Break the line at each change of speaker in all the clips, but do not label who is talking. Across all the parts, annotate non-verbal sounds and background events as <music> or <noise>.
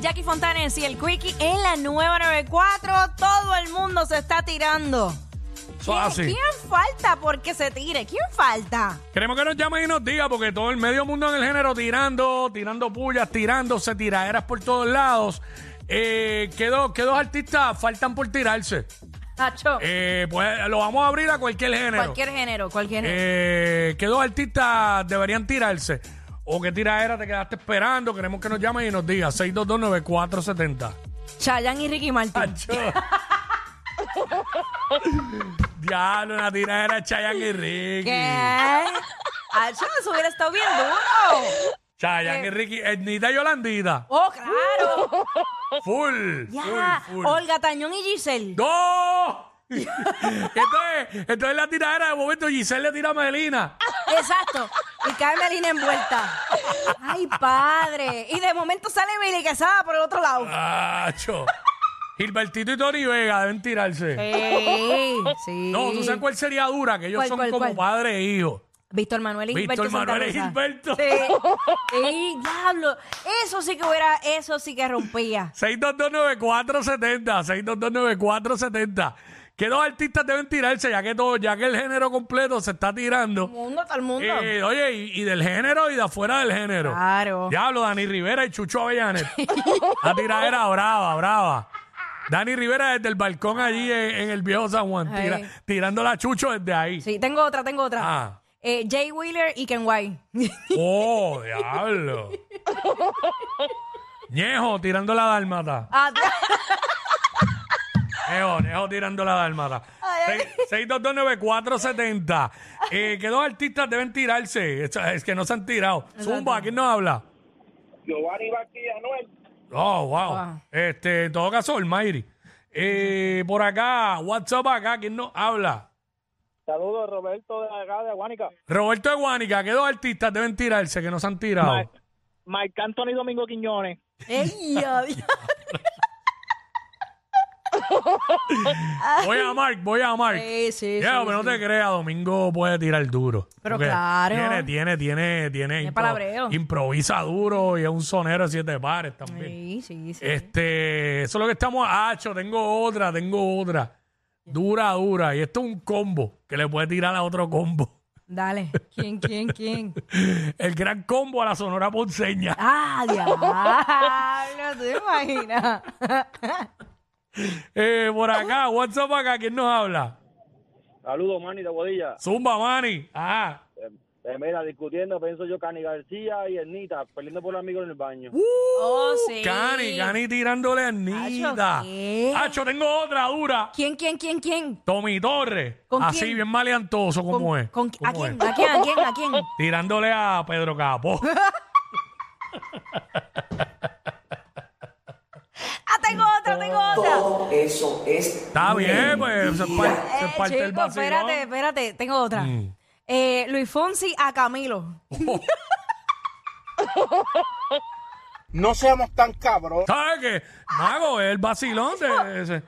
Jackie Fontanes y el Quickie en la nueva 94. Todo el mundo se está tirando.
Eso
¿Quién,
es así.
quién falta porque se tire? ¿Quién falta?
Queremos que nos llamen y nos diga, porque todo el medio mundo en el género tirando, tirando pullas, tirándose, tiraderas por todos lados. Eh, ¿qué, dos, qué dos artistas faltan por tirarse?
Nacho,
Eh, pues lo vamos a abrir a cualquier género.
cualquier género, cualquier género.
Eh, ¿Qué dos artistas deberían tirarse? ¿O qué tiradera te quedaste esperando? Queremos que nos llamen y nos diga 6229470.
Chayanne y Ricky Martin. <laughs>
Acho. Diablo, una tiradera de Chayanne y Ricky.
¿Qué? Nacho, eso hubiera estado bien duro. Eh.
Chayanne y Ricky, Ednita y Yolandita.
Oh, claro.
Full,
Oh. Ya.
full, full.
Olga Tañón y Giselle.
¡No! <laughs> esto, es, esto es la tiradera de momento. Giselle le tira a Melina.
Exacto. Y cae Melina envuelta. Ay, padre. Y de momento sale Mili Quesada por el otro
Ah.
lado.
Acho. Gilbertito y Tony Vega deben tirarse.
Sí, Eh, sí.
No, tú sabes cuál sería dura, que ellos
¿Cuál,
son
cuál,
como
cuál?
padre e hijo.
Víctor Manuel y
Víctor
Gilberto Santa
Manuel y
Rosa. <laughs>
Gilberto.
Sí, sí, diablo. Eso sí que hubiera, eso sí que rompía.
6229470, 6229470. ¿Qué dos artistas deben tirarse ya que todo, ya que el género completo se está tirando?
Todo el mundo, todo el mundo.
Eh, oye, y, y del género y de afuera del género.
Claro.
Diablo, Dani Rivera y Chucho Avellanet. La tiradera brava, brava. Dani Rivera desde el balcón allí en, en el viejo San Juan, tira-
Ay.
tirándola a Chucho desde ahí.
Sí, tengo otra, tengo otra.
Ah.
Eh, Jay Wheeler y Ken White. <laughs>
¡Oh, diablo! Ñejo tirando la dálmata.
Ah, <laughs>
Ñejo, Ñejo tirando la dálmata.
Ay,
Seis- 6229470. Eh, ¿Qué dos artistas deben tirarse? Es, es que no se han tirado. Zumba, ¿quién nos habla?
Giovanni Vázquez Anuel.
Oh, wow.
Wow.
Este, en todo caso, el Mayri. Eh, por acá, WhatsApp acá, ¿quién nos habla?
Saludos, Roberto de acá de Aguánica.
Roberto de Guánica, ¿qué dos artistas deben tirarse que no se han tirado?
Mike Anthony Domingo Quiñones.
<laughs>
ey, ya, ya.
Voy a Mark, voy a Mark.
Ah. Sí, sí,
Ya,
sí,
pero
sí.
no te creas, Domingo puede tirar duro.
Pero
Porque
claro.
Tiene, tiene, tiene, tiene. impro-
palabreo.
improvisa duro y es un sonero de siete pares también.
Sí, sí, sí.
Este, eso es lo que estamos hacho. Tengo otra, tengo otra. Dura, dura. Y esto es un combo que le puede tirar a otro combo. <laughs>
Dale. ¿Quién, quién, quién?
El gran combo a la Sonora Ponceña.
Ah, diablo, ¿te imaginas?
Eh, por acá, WhatsApp acá, ¿quién nos habla?
Saludos, Manny de Bodilla.
Zumba Ah, Mani. Ajá.
Eh, eh, mira, discutiendo, pienso yo, Cani García y Ernita, peleando por amigos en el
<laughs>
baño.
Uh.
Oh, sí.
Cani, Cani tirándole a Nida.
Acho, ¿qué?
Hacho, tengo otra dura.
¿Quién, quién, quién, quién?
Tommy Torres.
¿Con
así,
quién?
bien maleantoso como
¿Con-
es.
con- ¿A
como
quién?
Eh, es.
¿A quién? ¿A quién? ¿A quién?
Tirándole a Pedro Capo.
Ah, tengo otra, tengo otra.
Todo eso es
Está bien, pues. Se parte, se
Eh,
parte el
chico,
vacilón.
espérate, espérate, tengo otra.
Mm.
Eh, Luis Fonsi a Camilo.
No seamos tan cabros.
¿Sabes qué? Mago, el vacilón de ese.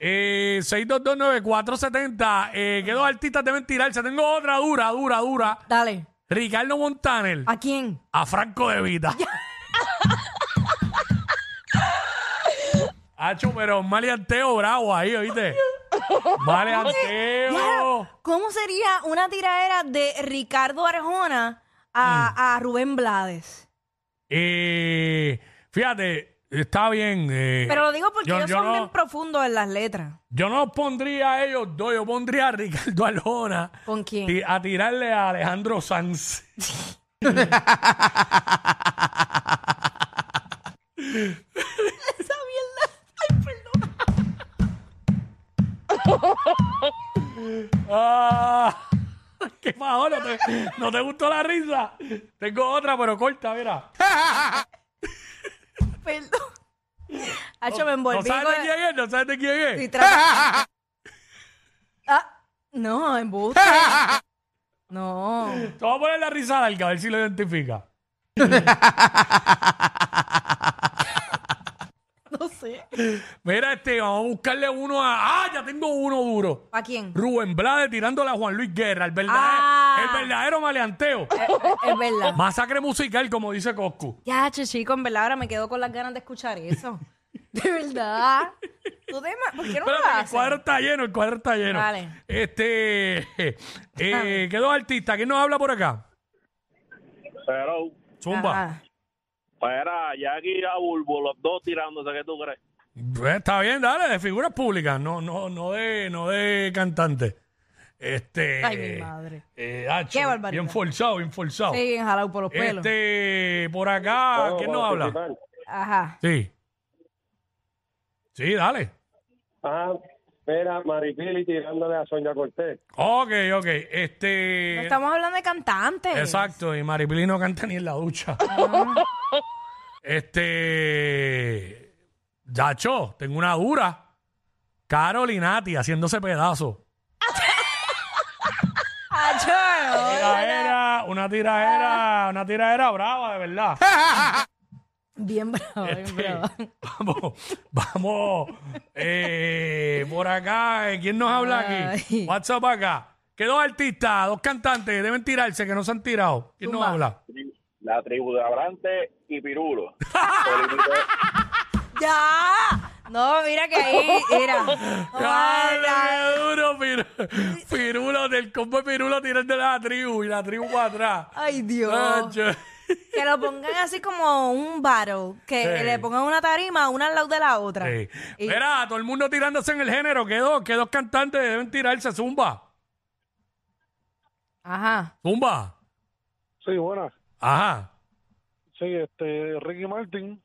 Eh, 6229470. Eh, ¿Qué dos artistas deben tirarse? Tengo otra dura, dura, dura.
Dale.
Ricardo Montaner
¿A quién?
a Franco de
<laughs>
Vita. Hacho, pero un maleanteo bravo ahí, ¿oíste?
<laughs>
Maleanteo.
Ya, ¿Cómo sería una tiradera de Ricardo Arjona a,
Mm.
a Rubén Blades?
Eh, fíjate, está bien. eh,
Pero lo digo porque
yo-
ellos
yo
son
no-
bien profundos en las letras.
Yo no pondría a ellos dos, yo pondría a Ricardo Arjona
¿Con quién?
ti- a tirarle a Alejandro Sanz.
Esa mierda. Ay, perdón.
<laughs> Ah, ¡Qué bajo! ¿No te, no te gustó la risa? Tengo otra, pero corta, mira.
Perdón. Hacho, me
¿No
envolví
sabes de
con-
quién es? ¿No sabes de quién es? <laughs>
estoy tra- Ah, no, embuste.
<laughs>
No.
Te voy a poner la risa larga, a ver si lo identifica.
No sé.
Mira, mira este, vamos a buscarle uno a. ¡Ah! Ya tengo uno duro.
¿A quién?
Rubén Blades tirándole a Juan Luis Guerra, el verdadero,
Ah. Eh.
el verdadero maleanteo.
es verdad.
Masacre musical, como dice Coscu.
Ya, che, chico, en verdad ahora me quedo con las ganas de escuchar eso. <laughs> De verdad. ¿Tú te ma- ¿Por qué no lo
Espérate, el
haces?
cuadro está lleno, el cuadro está lleno.
Dale.
Este. <laughs> Eh, ¿Qué dos artistas? ¿Quién nos habla por acá?
Pero,
Zumba.
Ajá.
para Jackie y a Bulbo, los dos tirándose, ¿qué tú crees?
Pues, está bien, dale, de figuras públicas, no, no, no de, no de cantante. Este.
Ay, mi madre.
eh, hacho,
Qué barbaridad.
Bien forzado, bien forzado.
Sí, en jalado por los pelos.
Este, por acá,
Vamos
¿quién
a
nos habla?
participar.
Ajá.
Sí. Sí, dale.
Ajá, Ah, espera, Maripili tirándole a Sonia Cortés.
Ok, ok.
No
Este.
estamos hablando de cantantes.
Exacto, y Maripili no canta ni en la ducha. Este. Yacho, tengo una dura. Carolinati haciéndose pedazo.
Acho, no.
Tiraera, una tiradera, una tiradera brava, de verdad.
Bien bravo, bien
Este,
bravo.
vamos, vamos. eh, por acá, eh, ¿quién nos habla aquí?
Ay.
WhatsApp acá. Que dos artistas, dos cantantes deben tirarse, que no se han tirado. ¿Quién nos
Zumba.
habla?
La tribu de Abrante y Pirulo.
Ya. No, mira que ahí,
<laughs>
mira. No,
¡Ay,
ay, ay.
qué duro! Pir- Pirulo, del combo de Pirulo tirando de la tribu y la tribu para atrás.
Ay, Dios.
Nacho.
Que lo pongan así como un battle. Que
Sí.
le pongan una tarima una al lado de la otra.
Sí.
Y-
Mira, todo el mundo tirándose en el género. ¿Qué dos, qué dos cantantes deben tirarse? Zumba.
Ajá.
Zumba.
Sí, buenas.
Ajá.
Sí, este, Ricky Martin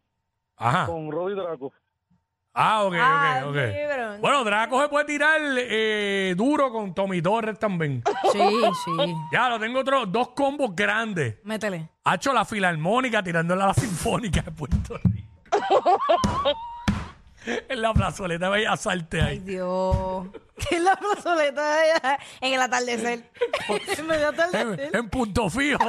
Ajá.
con Roddy Draco.
Ah, ok,
Ah,
ok, ok.
sí, pero-
Bueno, Draco se puede tirar eh, duro con Tommy Torres
<laughs>
también.
Sí,
<laughs>
sí.
ya, lo tengo otro, dos combos grandes.
Métele.
Ha hecho la filarmónica tirándole a la <laughs> sinfónica de Puerto Rico. en la plazoleta de Bellas Artes
Ay,
ahí.
Dios. <laughs> Que la plazoleta de allá en el atardecer. <laughs> en medio
En,
atardecer.
en punto fijo.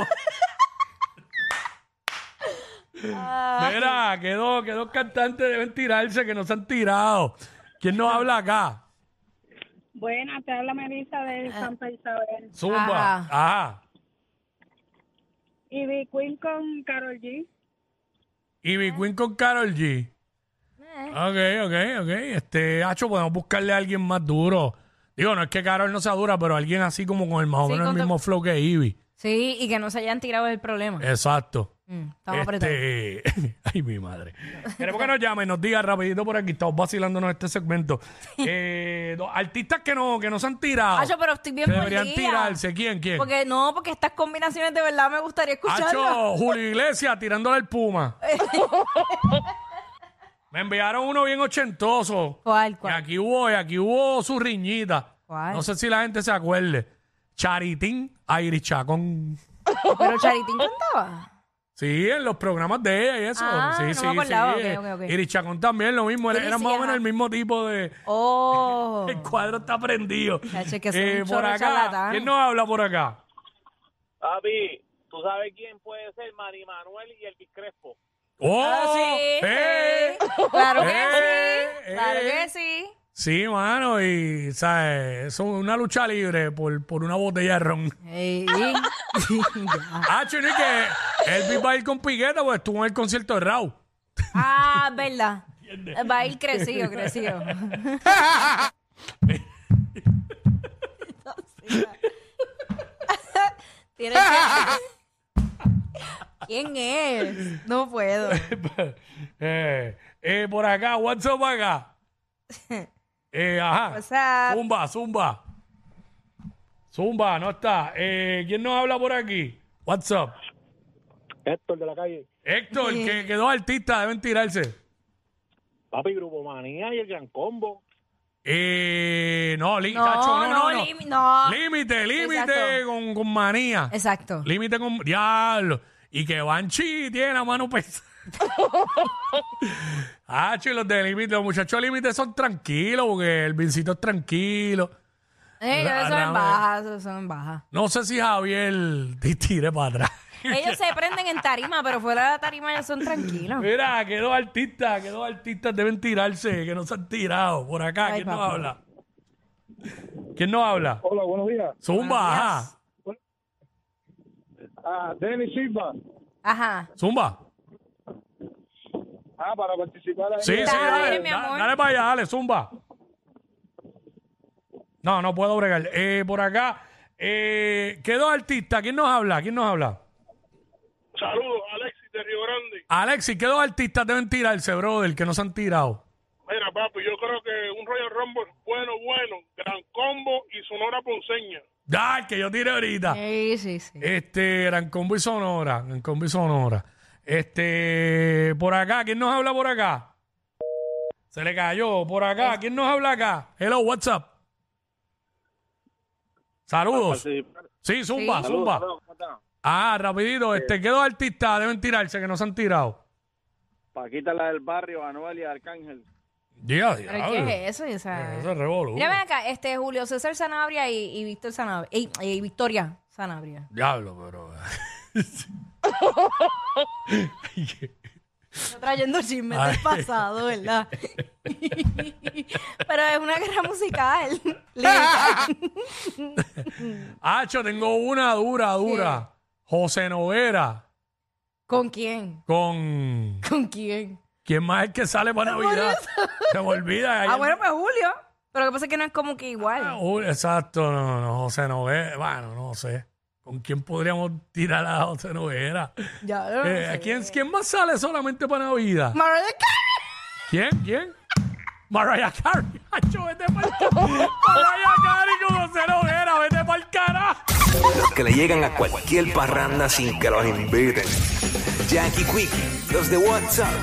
Mira, que dos, que dos cantantes deben tirarse, que no se han tirado. ¿Quién nos habla acá?
Buena, te habla Melissa de Santa Isabel.
Zumba.
Ajá.
Ajá.
Y Big Queen con Carol G.
Y Big Queen con Carol G.
Eh.
Ok, ok, ok. Este, Hacho, podemos buscarle a alguien más duro. Digo, no es que Carol no sea dura, pero alguien así como con el más o
Sí,
menos el
con to-
mismo flow que Ivy.
Sí, y que no se hayan tirado el problema.
Exacto.
Mm, estamos apretados.
Eh, Este, <laughs> ay, mi madre. Queremos que nos llame y nos diga rapidito por aquí. Estamos vacilándonos este segmento. Eh, dos artistas que no, que no se han tirado.
Acho, pero estoy bien
que deberían
perdida.
tirarse. ¿Quién? ¿Quién?
Porque no, porque estas combinaciones de verdad me gustaría escucharlas.
Hacho, Julio Iglesias tirándole
<laughs>
al Puma. Me enviaron uno bien ochentoso.
¿Cuál,
Y
cuál?
aquí hubo, y aquí hubo su riñita.
¿Cuál?
No sé si la gente se acuerde. Charitín Iris Chacón.
Pero Charitín cantaba.
Sí, en los programas de ella y eso.
Ah,
sí,
no me
sí,
acordaba.
sí.
Ok, ok, ok.
Iris Chacón también, lo mismo. Era,
Iris,
era
sí,
más o menos
ajá.
el mismo tipo de. <laughs>
Oh.
El cuadro está prendido. Eh,
Chacho, que son un
por
chorro de
acá.
charlatanes.
¿Quién nos habla por acá?
Papi, ¿tú sabes quién puede ser? Mari Manuel y el Crespo.
¡Oh!
Ah, sí,
¡Eh!
sí. Claro que
Eh,
sí. Claro
eh.
que sí.
Sí, mano, y, ¿sabes? Es una lucha libre por, por una botella de ron.
Ey, ya.
Ah, chino, y que él va a ir con Piqueta porque estuvo en el concierto de Raúl.
Ah, verdad. Va a ir crecido, crecido. Tienes que- ¿Quién es? No puedo.
<laughs> eh, eh, por acá,
<laughs>
WhatsApp acá. Eh, ajá.
What's up?
Zumba, zumba. Zumba, no está. Eh, ¿Quién nos habla por aquí? WhatsApp.
Héctor de la calle.
Héctor, que quedó artista, deben tirarse.
Papi, Grupo Manía y el Gran Combo.
Eh, no, li-
No,
chacho, no, no,
no,
no.
limi- no.
Límite, límite
Exacto.
con, con manía.
Exacto.
Límite con diablo. Y que Banchi tiene la mano
<laughs>
pesada. ah, y los de límite, los muchachos de límite son tranquilos, porque el vincito es tranquilo.
Eh,
Ra-
esos son
rame.
en baja, esos son en baja.
<laughs> No sé si Javier te tire para atrás.
Ellos se prenden en tarima, pero fuera de la tarima ellos son tranquilos.
Mira, que dos artistas, que dos artistas deben tirarse, que no se han tirado por acá.
Ay,
¿Quién no
papá.
habla? ¿Quién no habla?
Hola, buenos días.
Zumba, ajá.
Ah, Denis Silva.
Ajá.
Zumba.
Ah, para participar ahí.
Sí, sí,
Dale,
dale,
mi
da-
amor.
dale para allá, dale, zumba. No, no puedo bregar. Eh, por acá, eh, ¿qué dos artistas? ¿Quién nos habla? ¿Quién nos habla?
Saludos, Alexis de Río Grande.
Alexis, ¿qué dos artistas deben tirarse, brother, que no se han tirado?
Mira, papi, yo creo que un rollo rombo es bueno, bueno. Gran Combo y Sonora Ponceña.
Dale, que yo tire ahorita.
Sí, sí, sí.
Este, eran combo y sonora, Gran combo y sonora. Este, por acá, ¿quién nos habla por acá? Se le cayó, por acá, ¿quién nos habla acá? Hello, what's up? Saludos. Sí, zumba,
Sí.
zumba. Ah, rapidito, este, ¿qué dos artistas deben tirarse que no se han tirado?
Paquita la del barrio, Anuel y Arcángel.
Dios,
¿Pero qué es eso? O sea,
Eso es revolú.
Mira, ven acá, este Julio César Sanabria y, y Víctor Sanabria. Y, Victoria Sanabria.
Diablo, pero... <laughs>
Estoy trayendo chismes del pasado, ¿verdad? <laughs> Pero es una guerra <laughs> musical. Lírica.
Hacho, tengo una dura, dura. José Novera
¿Con quién?
con...
¿Con quién?
¿Quién más es el que sale para Navidad? <laughs> Se me olvida.
Ah,
ayer-
bueno, pues Julio. Pero lo que pasa es que no es como que igual.
Uh, exacto, no, no, José Novera. Bueno, no sé. ¿Con quién podríamos tirar a José Novera?
Ya, no
Eh,
sé.
¿quién, ¿Quién más sale solamente para Navidad?
Mariah Carey.
¿Quién? ¿Quién? Mariah Carey. <laughs> Hacho, vete pa'l carajo. Mariah Carey con José Novera, vete pa'l carajo.
los que le llegan a cualquier parranda sin que los inviten. Jackie Quick, los de WhatsApp,